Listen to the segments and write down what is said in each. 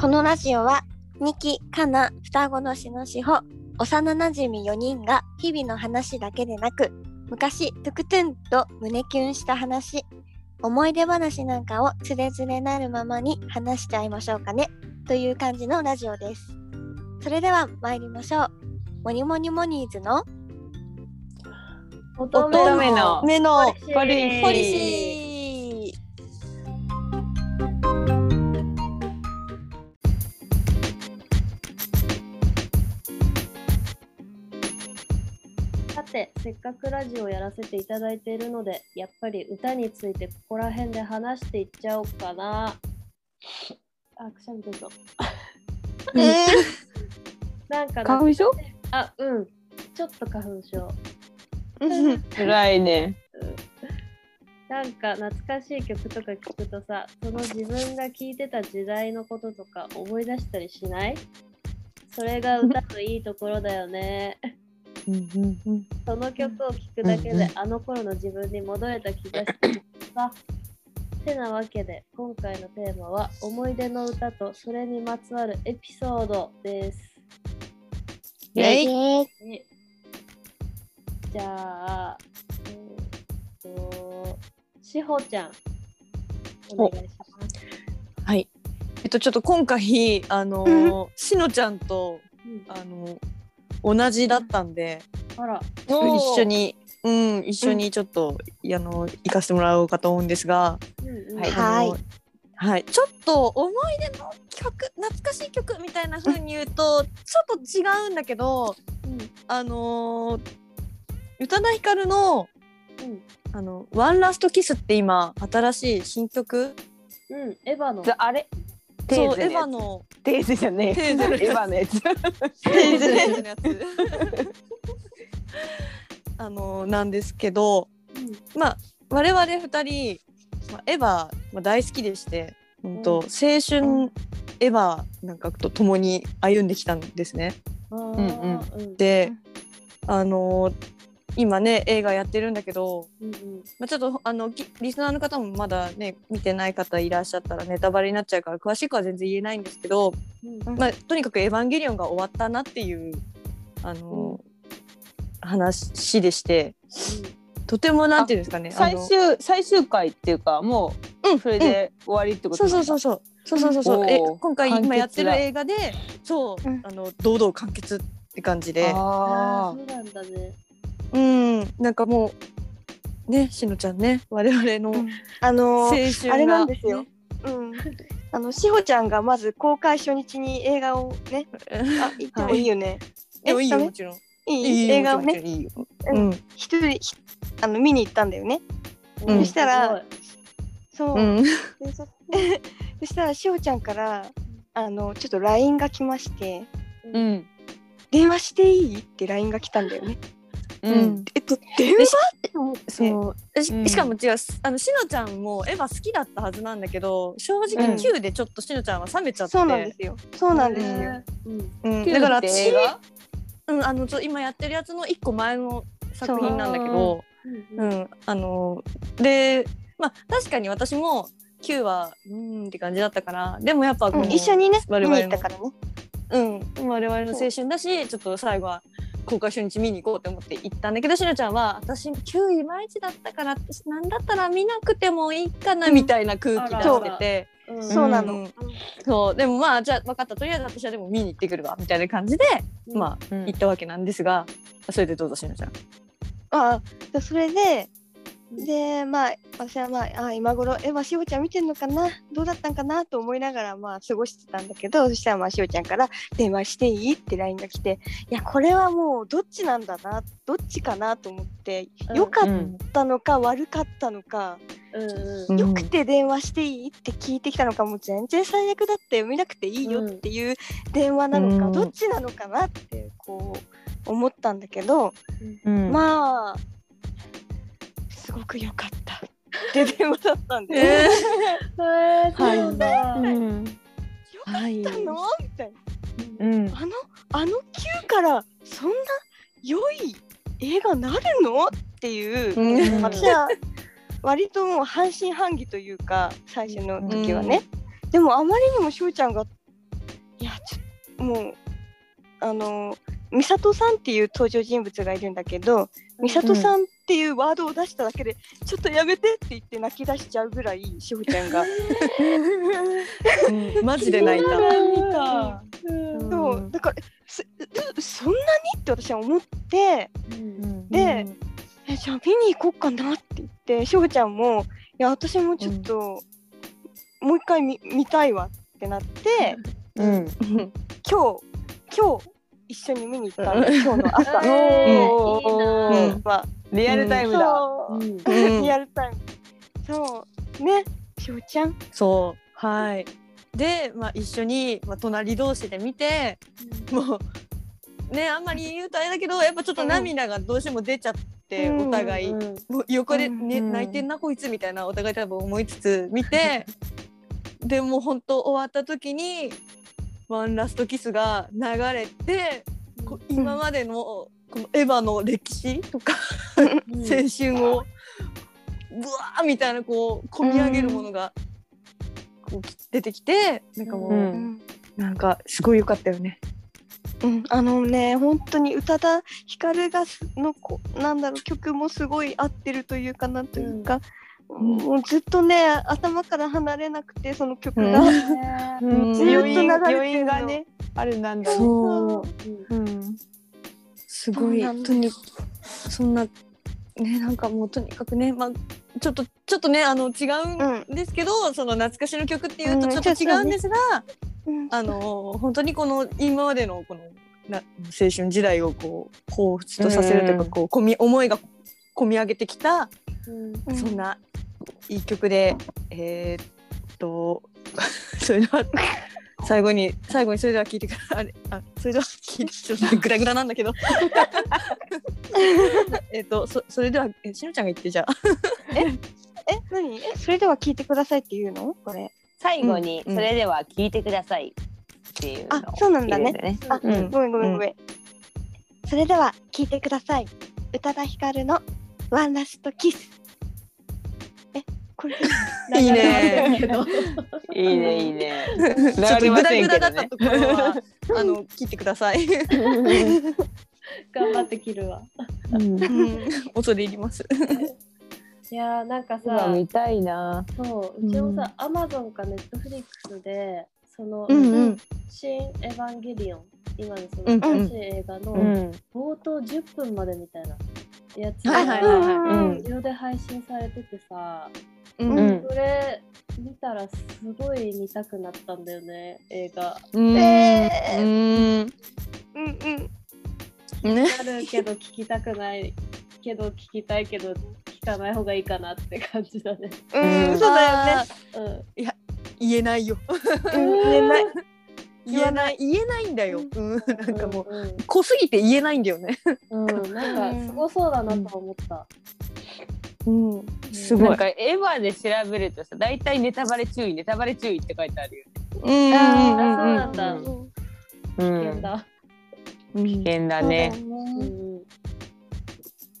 このラジオは、ニキ、カナ、双子のしのしほ、幼馴染み4人が日々の話だけでなく、昔、トゥクトゥンと胸キュンした話、思い出話なんかをつれづれなるままに話しちゃいましょうかね、という感じのラジオです。それでは参りましょう。モニモニモニーズの乙女目の目のポリシーポリシー。さて、せっかくラジオをやらせていただいているので、やっぱり歌についてここら辺で話していっちゃおうかな。あ、くしゃみ出そう。えなんか花粉症あ、うん。ちょっと花粉症。うん辛いね。なんか懐かしい曲とか聞くとさ、その自分が聴いてた時代のこととか思い出したりしないそれが歌のいいところだよね。その曲を聴くだけうんうであの頃の自分に戻れた気がして さ。てなわけで今回のテーマは思い出の歌とそれにまつわるエピソードです。ー、えいえねじゃあ、えーっと、しほちゃん、お願いします。はい。えっとちょっと今回あのーしのちゃんとうんあの同じだったんであら、一緒にうん一緒にちょっと、あの行かせてもらおうかと思うんですが、うんうんはいあのはい、ちょっと思い出の曲懐かしい曲みたいな風に言うとちょっと違うんだけどうんあのー宇多田ヒカルのうんあの「ワンラストキスって今新しい新曲うん、エヴァの。じゃあれそうテエーゼのやつヴァのテーゼじゃねえ。テーゼのやつ エヴァのやつ。テー ゼのやつあのーなんですけどまあ我々2人、まあ、エヴァ、まあ、大好きでして本当、うん青春エヴァなんかと共に歩んできたんですね。うん、うんあーうん、で、あのー今ね映画やってるんだけど、うんうん、まあ、ちょっとあのきリスナーの方もまだね見てない方いらっしゃったらネタバレになっちゃうから詳しくは全然言えないんですけど、うんまあ、とにかく「エヴァンゲリオン」が終わったなっていう、あのー話でしてとてもなんていうんですかねあ最の終最終回っていうかもううんそれで終わりってことそうなんそだ。うそうそう。そうそうそうそう。えおー今回完結今だやってる映画で、そう、うんあの堂々完結って感じで、ああーそうなんだね。うん、なんかもうね、しのちゃんね、我々のうんあの青ー、春が、あれなんですよね。。うん。あの、しほちゃんがまず公開初日に映画をね、 あ、言ってもいいよね。でもいいよダメもちろん。いいいいよ映画をもね、ちろんいいよ。ううん、一人、ひあの、見に行ったんだよね。うんうんそしたら、すそう。うん、で そそしたら、しほちゃんから、あの、ちょっと LINE が来まして、ごいーうん電話していいって LINE が来たんだよね。ううんん、えっと、電話って思って。そう、うんししかも違う、あのしのちゃんもエヴァ好きだったはずなんだけど、正う直ん Q でちょっとしのちゃんは冷めちゃって、そうなんですよ。そうなんですよ。うんうんだだかからら私映、画うん、あのちょ今やってるやつの一個前の作品なんだけそど。うんううんん、あのでまあ確かに私も9はうーんって感じだったからでもやっぱこうの、ん、一緒にね、見我々にの行ったからね。うん、我々の青春だしちょっと最後は公開初日見に行こうと思って行ったんだけどしのちゃんは私9いまいちだったから私なんだったら見なくてもいいかなうんみたいな空気出してて、うんそうなの。うんそうでもまあじゃあ分かったとりあえず私はでも見に行ってくるわみたいな感じで、うんまあうん行ったわけなんですがそれでどうぞしのちゃん。ああそれでうんでまあ私はまああ今頃えまあしおちゃん見てんのかなどうだったんかなと思いながらまあ過ごしてたんだけどそしたらまあしおちゃんから「電話していい?」って LINE が来ていやこれはもうどっちなんだなどっちかなと思ってうん良かったのか悪かったのか、うんうんうん良くて電話していいって聞いてきたのかもう全然最悪だって見なくていいよっていう電話なのか、うんどっちなのかなってこう思ったんだけど、 うんまあすごく良かったって電話だったんで、えへーそうなんだうん良ー、はいかったのみたいなうんあのあの Q からそんな良い映画なるのっていう、うん私は割ともう半信半疑というか最初の時はね、でもあまりにもしゅうちゃんがいやちょもうあの美里さんっていう登場人物がいるんだけど美里さんっていうワードを出しただけで、ちょっとやめてって言って泣き出しちゃうぐらいしほちゃんがマジで泣いうた。んそうだからすうそんなにって私は思ってでえじゃあ見に行こうかなって言ってしほちゃんもいや私もちょっと、もう一回見見たいわってなってうん。今日今日一緒に見に行ったの今日の 朝うんおーいいなは。リアルタイムだ。そううんうんリアルタイム。そう。ね、しおちゃん。そうはいで、まあ、一緒に、まあ、隣同士で見てもうねあんまり言うとあれだけどやっぱちょっと涙がどうしても出ちゃって、うんお互い、うんもう横で、ねうん泣いてんなこいつみたいなお互い多分思いつつ見てでもう本当終わった時にワンラストキスが流れてこう今までのこのエヴァの歴史とかうん青春をぶわーみたいなこう込み上げるものがこうき出てきてなんかもう、ううんん。なんかすごい良かったよね。うん、あのね、本当に宇多田ヒカルがすのこなんだろう曲もすごい合ってるというかなんというか、んもうずっとね頭から離れなくてその曲が、うねうんずっと流れてる余韻の余韻がねあるなんだね。そううんうん。すごいそうなんだとにそんなねなんかもうとにかくねまあちょっとちょっとねあの違うんですけど、その懐かしの曲っていうとうんちょっと違うんですが、うんあの本当にこの今までのこのな青春時代をこう彷彿とさせるというか、うんこう込み思いが込み上げてきたうんうんそんないい曲で、えーっと それでは最後に最後にそれでは聞いてくだあれあそれでは聞いてちょっと グラグラなんだけどえーっとそそれではえしのちゃんが言ってじ ゃあえ何えそれでは聞いてくださいって言うのこれ最後にうんそれでは聞いてくださいっていうのをあそうなんだね入れるね。あ、うんごめんごめんごめん。それでは聞いてください。宇多田ヒカルのワンラストキス。え、これいいね流れはあるけどいいねいいね。ちょっとグラグラだったところは、ね。あの聞いてくださ い頑張って切るわ。恐れ入りますいやーなんかうわさ、見たいな。そううちもさ、アマゾンかネットフリックスでその、うん新エヴァンゲリオン今のそうんの新しい映画うのん。冒頭10分までみたいなやつはいはいはいはいうん無料で配信されててさ、ううんん。それ見たらすごい見たくなったんだよね映画。うんえうんうんうん。ねあるけど聞きたくない けど聞きたいけど聞かない方がいいかなって感じだね。うん、うんそうだよね。うん言えないようん、寝ない。言えない言えないんだよ、うん、なんかもうう、うん濃すぎて言えないんだよねうん、なんかすごそうだなとは思った。うんすなんかエヴァで調べるとさ、大体ネタバレ注意、ネタバレ注意って書いてあるようんあーそうなんねだううん危んうん険だ。危険だそうだよね。うね。ん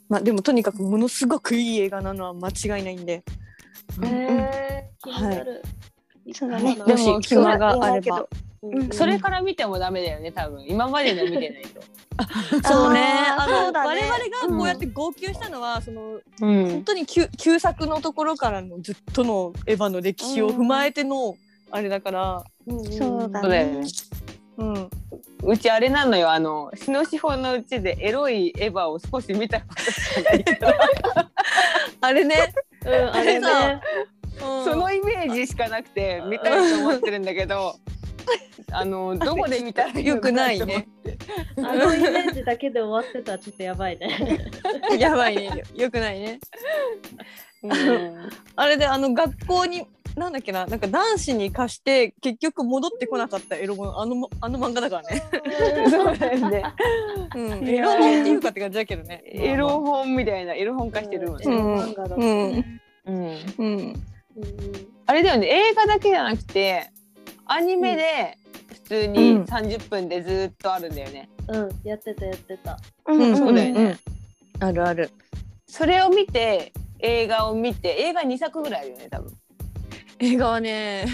まあでもとにかくものすごくいい映画なのは間違いないんで、うんえー、気になる。そうだねいいかなでも暇があれば言えないけどうんうんそれから見てもダメだよね、多分。今までの見てないと。そうねあーあのそうだね我々がこうやって号泣したのは、そのう本ん。当に旧旧作のところからのずっとのエヴァの歴史を踏まえてのあれだから、うんそうだそうだよねね。うんうちあれなのよ、あの、シノシホのうちでエロいエヴァを少し見たことしかないけど、あれね、うん、あれね。うんそのイメージしかなくて、見たいと思ってるんだけど、あの、どこで見たらいいのよくかなないと思ってね。あのイメージだけで終わってたらちょっとやばいね。 やばいねよくないねうんあれであの学校になんだっけななんか男子に貸して結局戻ってこなかったエロ本あのあの漫画だからね、 そうなんで、うん、いエロや本っーていうかって感じだけどねエロ本みたいな、エロ本化してるもんうね。ん漫画だうねんうんうんうんあれだよね映画だけじゃなくてアニメで普通うんに30分でずっとあるんだよね、うん、やってたやってた。うんうんそうだよね、あるあるそれを見て映画を見て映画2作ぐらいあるよね多分映画はね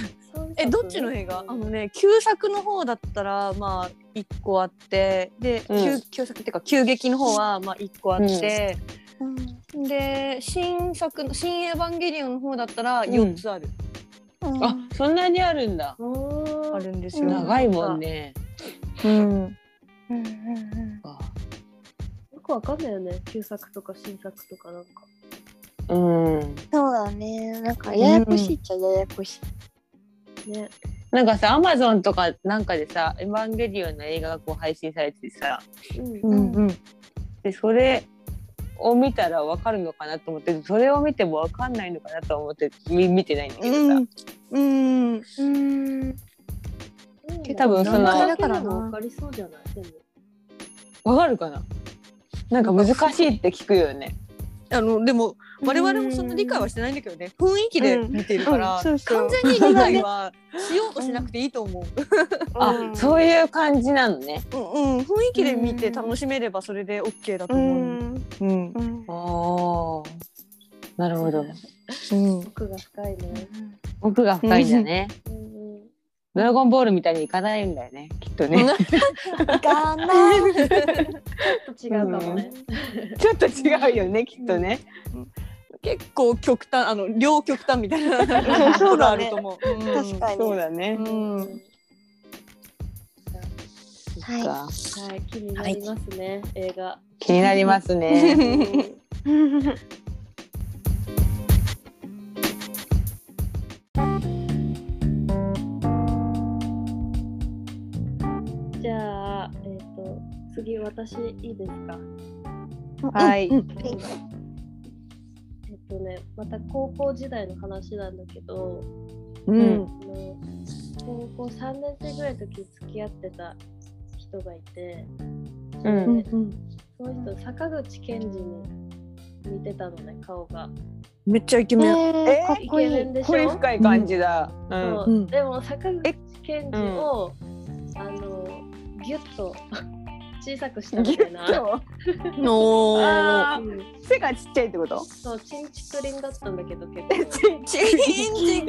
えどっちの映画あのね旧作の方だったらまあ一個あってで、うん旧旧作っていうか旧劇の方はまあ一個あって、うんで新作の「新エヴァンゲリオン」の方だったら4つある、うんあそんなにあるんだおあーるんですうよん長いもん、ねうん、うんうんうんよくわかんないよね旧作とか新作とかなんかうんそうだねなんかややこしいっちゃややこしい、ねなんかさアマゾンとかなんかでさ「エヴァンゲリオン」の映画がこう配信されててさうんうんうんでそれを見たらわかるのかなと思ってそれを見てもわかんないのかなと思ってみ見てないんだけどうさ、んうんうん多分その名前だからなわかりそうじゃないでもわかるかななんか難しいって聞くよね。あのでも我々もその理解はしてないんだけどね雰囲気で見てるから、うんそうそう完全に理解はしようとしなくていいと思う、あ、そういう感じなのね。うんうん雰囲気で見て楽しめればそれで OK だとう思う、んうんうんおお。なるほど。うん、奥が深いね奥が深いんだね。うんうん ドラゴンボールみたいにいかないんだよね。きっとね。かなちょっと違うかもね ちょっと違うよね。きっとね。結構極端あの両極端みたいなそうがだあねると思う。確かにそうだね。うんうんはいそっかはい気になりますね映画気になりますね。じゃあ、えっ、と、次私いいですか。はいうんえっ、とね、また高校時代の話なんだけど、う。うんあの高校3年生ぐらいの時付き合ってた人がいて、うん。その人、坂口健二に似てたのね、顔が。めっちゃイケねメン。 えかっこいイケメンいでしょこれ深い感じだ。うそん。ううんでも坂口健二を、あのギュッと 小さくしたみたいな、のあうーん、 背がちっちゃいってこと？そうチンチクリンだったんだけど結構チンチクリン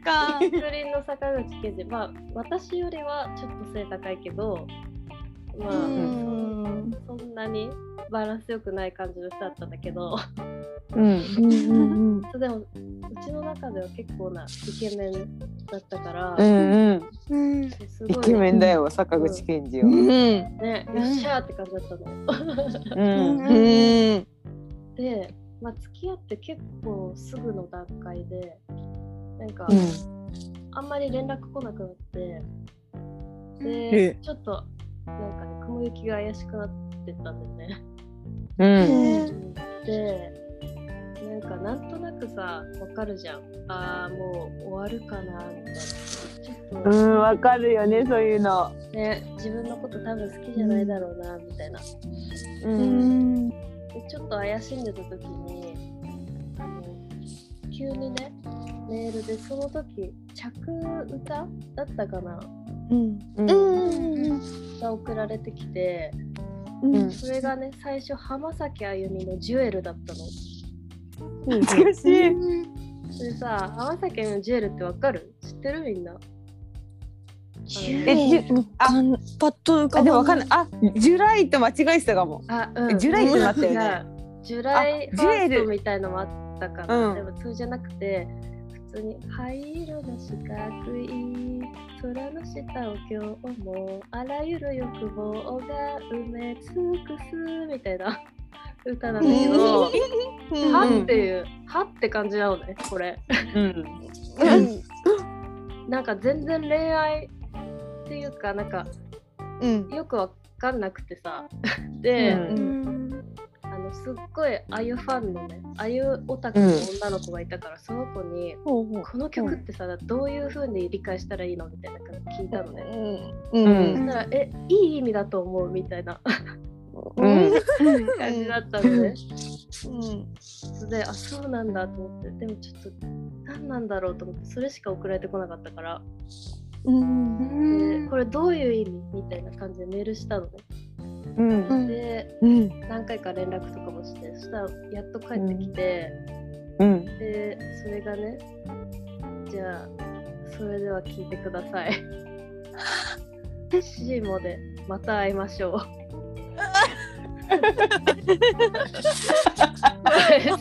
かチ。 ンチクリンの坂口健二まあ私よりはちょっと背高いけどまあ、うんそんなにバランスよくない感じの人だったんだけど うん。うんそうでもうちの中では結構なイケメンだったから、うんうん。うんすごいイケメンだよ坂口健二は。うんねよっしゃーって感じだったの。うん。うんうんで、まあ、付き合って結構すぐの段階でなんか、うん。あんまり連絡来なくなってえでえちょっとなんかね雲行きが怪しくなってったんだよね。うん。でなんかなんとなくさわかるじゃんああもう終わるかなみたいなちょっうと、ん、わかるよね、そういうの。ね、自分のこと多分好きじゃないだろうなみたいなうう。んでちょっと怪しんでた時にあの急にねメールでその時着歌だったかなうんう。うんんが送られてきてうん。それがね最初浜崎あゆみの「ジュエル」だったの。難しい。でさ浜崎あゆみの「ジュエル」ってわかる知ってるみんなえ、じゅあ、パッと浮あ、かでもわかんない。ない。あ、ジュライと間違えてたかも。あ、うん、ジュライってなったよねね。ジュライあフジュァエースルトみたいのもあったから、うんでも通じゃなくて、普通に灰色の四角い空の下を今日もあらゆる欲望が埋め尽くすみたいな 歌なんだけど、うんはっていう、はって感じなのね、これ。うん。うんなんか全然恋愛っていうか、なんかうんよくわかんなくて さ。うで、ん。あのすっごいあゆファンのねあゆオタクの女の子がいたから、その子にほうほうこの曲ってさ、どういう風に理解したらいいのみたいな感じで聞いたのね、うんうんそしたら「えいい意味だと思う」みたいな うん。感じだったのね、うんであそうなんだと思ってでもちょっと何なんだろうと思ってそれしか送られてこなかったから、うんでこれどういう意味みたいな感じでメールしたのねうん。でうん何回か連絡とかもしてそしたらやっと帰ってきて、うん。でそれがねじゃあそれでは聞いてください。シーモでまた会いましょう。これさ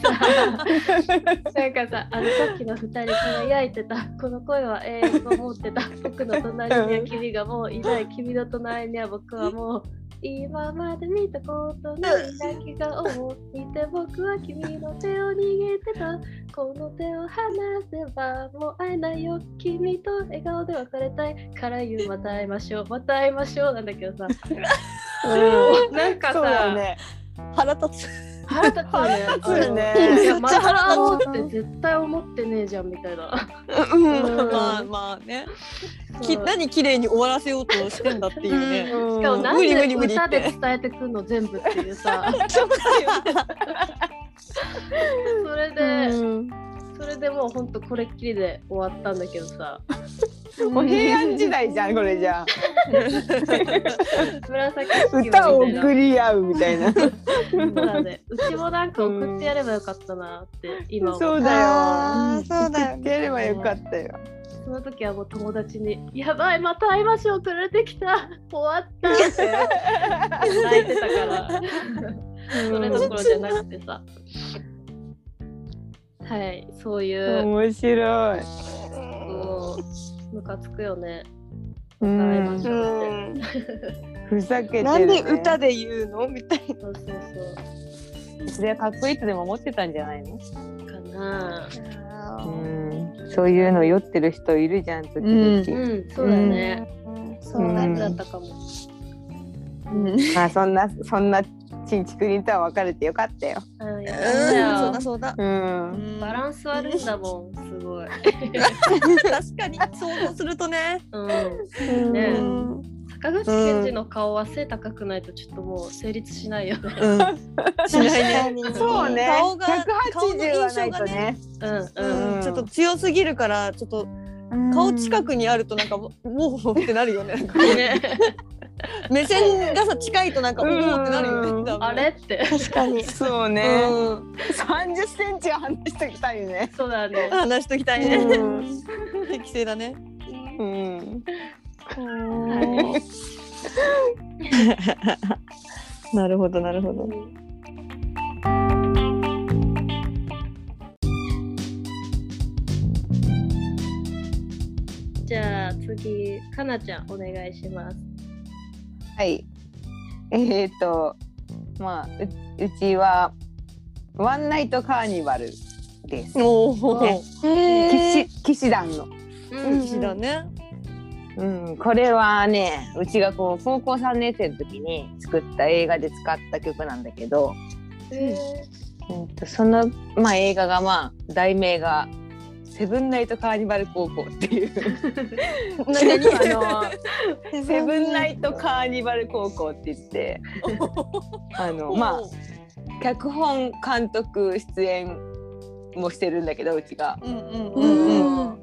なんかさ、あのさっきの二人輝いてた、この声は永遠と思ってた、僕の隣には君がもういない、君の隣には僕はもう。今まで見たことない泣き顔を見て僕は君の手を握ってたこの手を離せばもう会えないよ君と笑顔で別れたいから言うまた会いましょうまた会いましょうなんだけどさなんかそうださ、よね。腹立つ腹立つよね腹立つねあのいやめっまちゃ腹た立会つおうって絶対思ってねえじゃんみたいなうんまあまあねきそう何綺麗に終わらせようとしてんだっていうねしかもなん無理無理で無理歌っでて伝えてくんの全部っていうさそうだよねそれでうんそれでもうほんとこれっきりで終わったんだけどさもう平安時代じゃんこれじゃ紫あ。式歌を部みた送いり合うみたい な。なそうだね うちもなんか送ってやればよかったなって今思うそうだよあー。そうだよね送ってやればよかったよ。その時はもう友達に「やばいまた会いましょう連れてきた 終わった」 って泣いてたからそれどころじゃなくてさはいそういう面白い。こうムカつくよねう会いまんしょうってふざけてる、ね。なんで歌で言うのみたいそうそうそそれはかっこいいとでも思ってたんじゃないの？うかなな。うん。そういうの酔ってる人いるじゃん時う々。んそうだね、うんそそううだ感ねじだったかも、まあそんなそんなちんちくりんとは別れてよかったよ。うんやうんそうだよだそうだうん。バランス悪いんだもんすごい、確かに想像するとねうん、うねん坂口健二の顔は背高くないとちょっともう成立しないよねうんしない確ねかにそうね。顔が180はないとね。うんうんうんちょっと強すぎるからちょっと顔近くにあるとなんかもうもうってなるよね なんかね、目線がさ近いとなんかおおーってなるようんね多分あれって確かに。そうね。うん三十センチは離してきたよね。そうだね話しときたいねうん。 適正だねうん。うんなるほどなるほどじゃあ次かなちゃんお願いします。はい。えっ、ー、と、まあううちはワンナイトカーニバルです。おおへー騎士騎士団の。ううん騎だねうん、これはねうちがこう高校3年生の時に作った映画で使った曲なんだけど、うん、とその、まあ、映画が、まあ、題名が「セブンナイトカーニバル高校」っていうあの セブンナイトカーニバル高校って言 ってあのまあ脚本監督出演もしてるんだけどうちが。うんうんううんうんん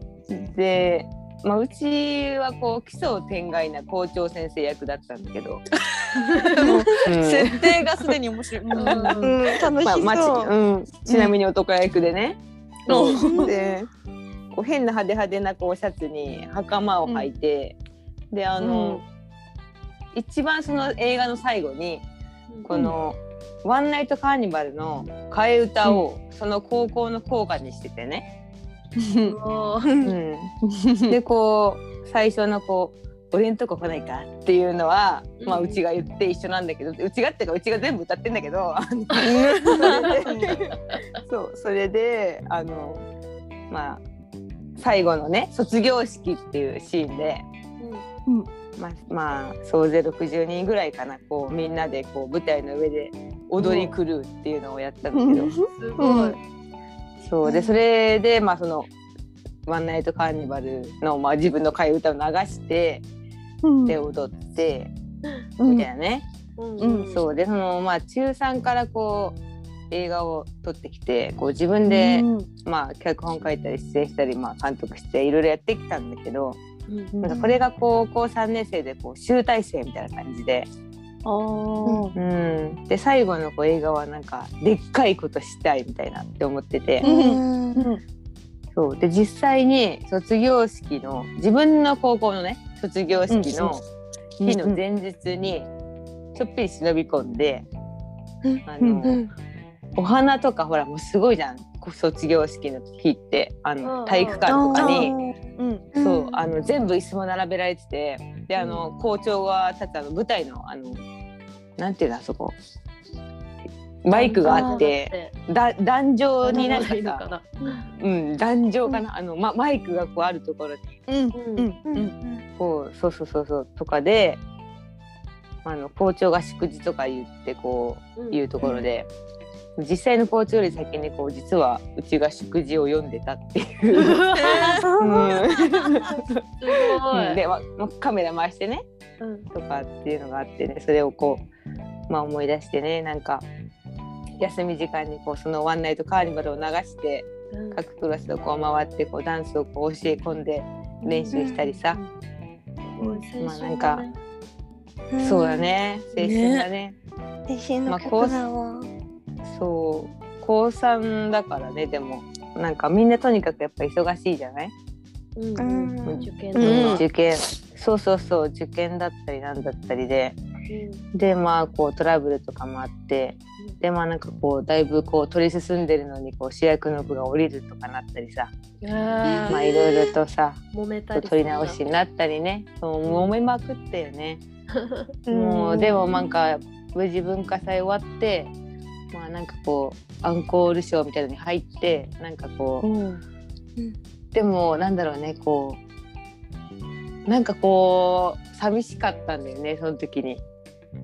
で、まあ、うちはこう奇想天外な校長先生役だったんだけ ど。うん設定がすでに面白いうんううんん楽しまあ、まち、そう。うん、ちなみに男役でね。うんうんで、こう変な派手派手なこうシャツに袴を履いて、で、あの、一番その映画の最後に、この、ワンナイトカーニバルの替え歌をその高校の校歌にしててね。もううん で、こう、最初のこう、俺んとこ来ないかっていうのは、まあ、うんうちが言って一緒なんだけど、うちがっていうか、うちが全部歌ってんだけど、 そうそれであのまあ最後のね卒業式っていうシーンで、まあ、まあ総勢60人ぐらいかなこうみんなでこう舞台の上で踊り狂うっていうのをやったんだけど、すごい。そうでそれでまあその「ワンナイトカーニバルの」まあ、自分の替え歌を流してで踊って、みたいなね、うんうそうでそのまあ中3からこう映画を撮ってきてこう自分で、まあ、脚本書いたり出演したり、まあ、監督していろいろやってきたんだけど、なんかこれが高校3年生でこう集大成みたいな感じで,、あーうん、で最後のこう映画はなんかでっかいことしたいみたいなって思ってて、うんうんそうで実際に卒業式の自分の高校のね卒業式の日の前日にちょっぴり忍び込んで、うんあうのんお花とかほらもうすごいじゃんこ卒業式の日ってあうんうのん体育館とかに。うんうんそうあの全部椅子も並べられててであの校長が立つあの舞台のあのなんていうのあそこバイクがあってだ壇上になんかさ、な。うん、壇上かな、あの、ま、マイクがこうあるところにうんうんうんうんうんこうそうそうそうそうとかであの校長が祝辞とか言ってこう言うところで、実際の校長より先にこう実はうちが祝辞を読んでたっていう。すうんごい。で、ままカメラ回してねうんとかっていうのがあってねそれをこう、まあ、思い出してねなんか休み時間にこうそのワンナイトカーニバルを流してうん各クラスをこう回ってこうダンスをこう教え込んで練習したりさ、まあなんか、うんそうだ。ね青春だね青春まのあこう曲だわ。そう高3だからねでもなんかみんなとにかくやっぱ忙しいじゃない、うんうん受験うとんか受験そうそうそう受験だったりなんだったりででまあこうトラブルとかもあってでまあなんかこうだいぶこう取り進んでるのにこう主役の部が降りるとかなったりさうんあまあいろいろとさー揉めたこうり取り直しになったりねそう揉めまくったよね。もうでもなんか無事文化祭終わってまあなんかこうアンコールショーみたいなのに入ってなんかこう、でもなんだろうねこうなんかこう寂しかったんだよねその時に。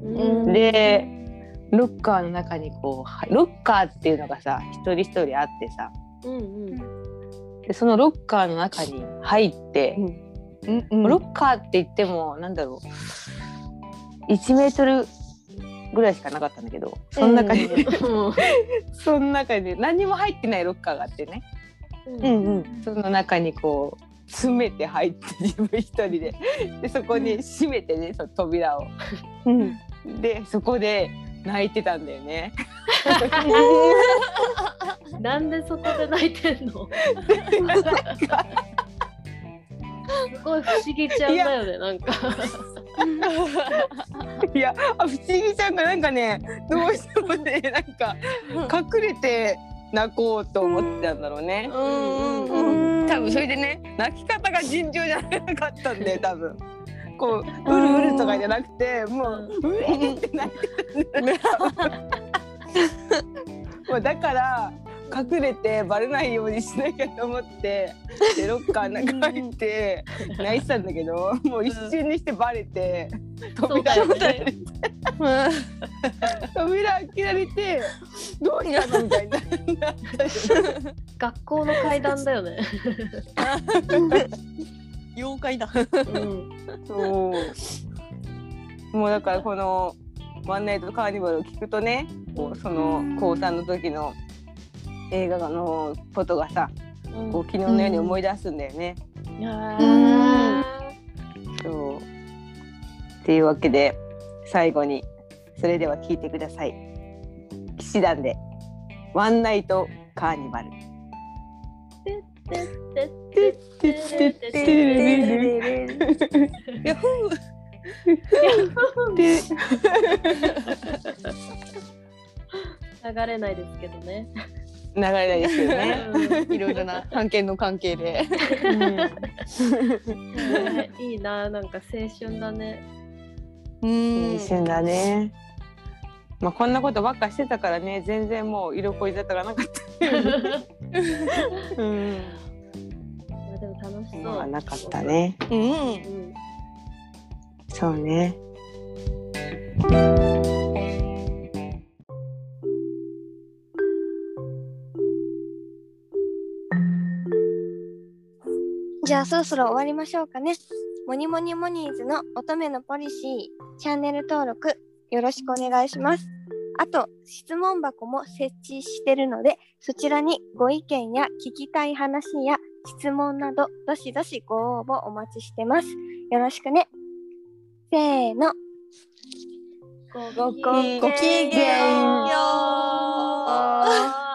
うんでロッカーの中にこうはロッカーっていうのがさ一人一人あってさうんうんでそのロッカーの中に入って、うんうんロッカーって言ってもなんだろう1メートルぐらいしかなかったんだけどその中に、 その中に何にも入ってないロッカーがあってねうんうんその中にこう詰めて入って自分一人ででそこに閉めてねその扉をうんでそこで泣いてたんだよね。うんなんでそこで泣いてんのすごい不思議ちゃんだよねなんかいやあ不思議ちゃんがなんかねどうしても ねなんか隠れて泣こうと思ってたんだろうね。うんうんうんうん多分それでね泣き方が尋常じゃなかったんで多分こううるうるとかじゃなくてもううえーって泣いてたんだよ もうだから隠れてバレないようにしなきゃと思ってでロッカーの中入って泣いてたんだけどもう一瞬にしてバレてそう扉だよ開ね扉開けられてどうしたのみたいにな学校の階段だよね、妖怪だ。うん、そう。もうだからこの「ワンナイトカーニバル」を聞くとねこうその高3の時の映画のことがさこう昨日のように思い出すんだよね。そうっていうわけで最後にそれでは聞いてください。騎士団で「ワンナイトカーニバル」。ヤフー。流れないですけどね、流れないですようね。んいろいろな関係の関係で。ねいいななんか青春だねうん青春だね。まあこんなことばっかしてたからね全然もう色恋沙汰がな かったよね。うん、まあでも楽しそう、まあなかったね。うんう。んそうね。じゃあそろそろ終わりましょうかね。モニモニモニーズの乙女のポリシー、チャンネル登録よろしくお願いします。あと、質問箱も設置してるので、そちらにご意見や聞きたい話や質問など、どしどしご応募お待ちしてます。よろしくね。せーの。ごごきげんようう